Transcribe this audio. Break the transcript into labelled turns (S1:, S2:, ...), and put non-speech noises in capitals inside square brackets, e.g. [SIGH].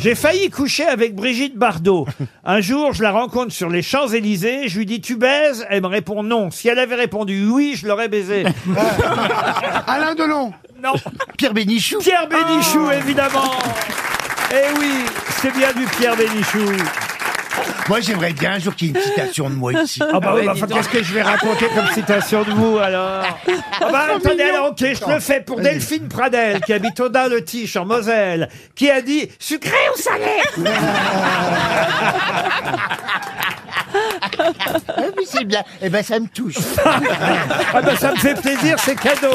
S1: J'ai failli coucher avec Brigitte Bardot. Un jour, je la rencontre sur les Champs-Élysées, je lui dis Tu baises Elle me répond non. Si elle avait répondu oui, je l'aurais baisé.
S2: Alain Delon
S1: Non.
S2: Pierre Bénichou
S1: Pierre Bénichou, évidemment Eh oui, c'est bien du Pierre Bénichou.
S2: Moi, j'aimerais bien un jour qu'il y ait une citation de moi ici.
S1: Ah bah oui, bah, enfin, qu'est-ce que je vais raconter comme citation de vous alors Ah bah attendez, alors ok, je le fais pour Delphine Pradel, qui habite au le tiche en Moselle, qui a dit sucré ou salé
S2: Ah [LAUGHS] oui, c'est bien. Eh ben, ça me touche.
S1: Ah bah ça me fait plaisir, c'est cadeau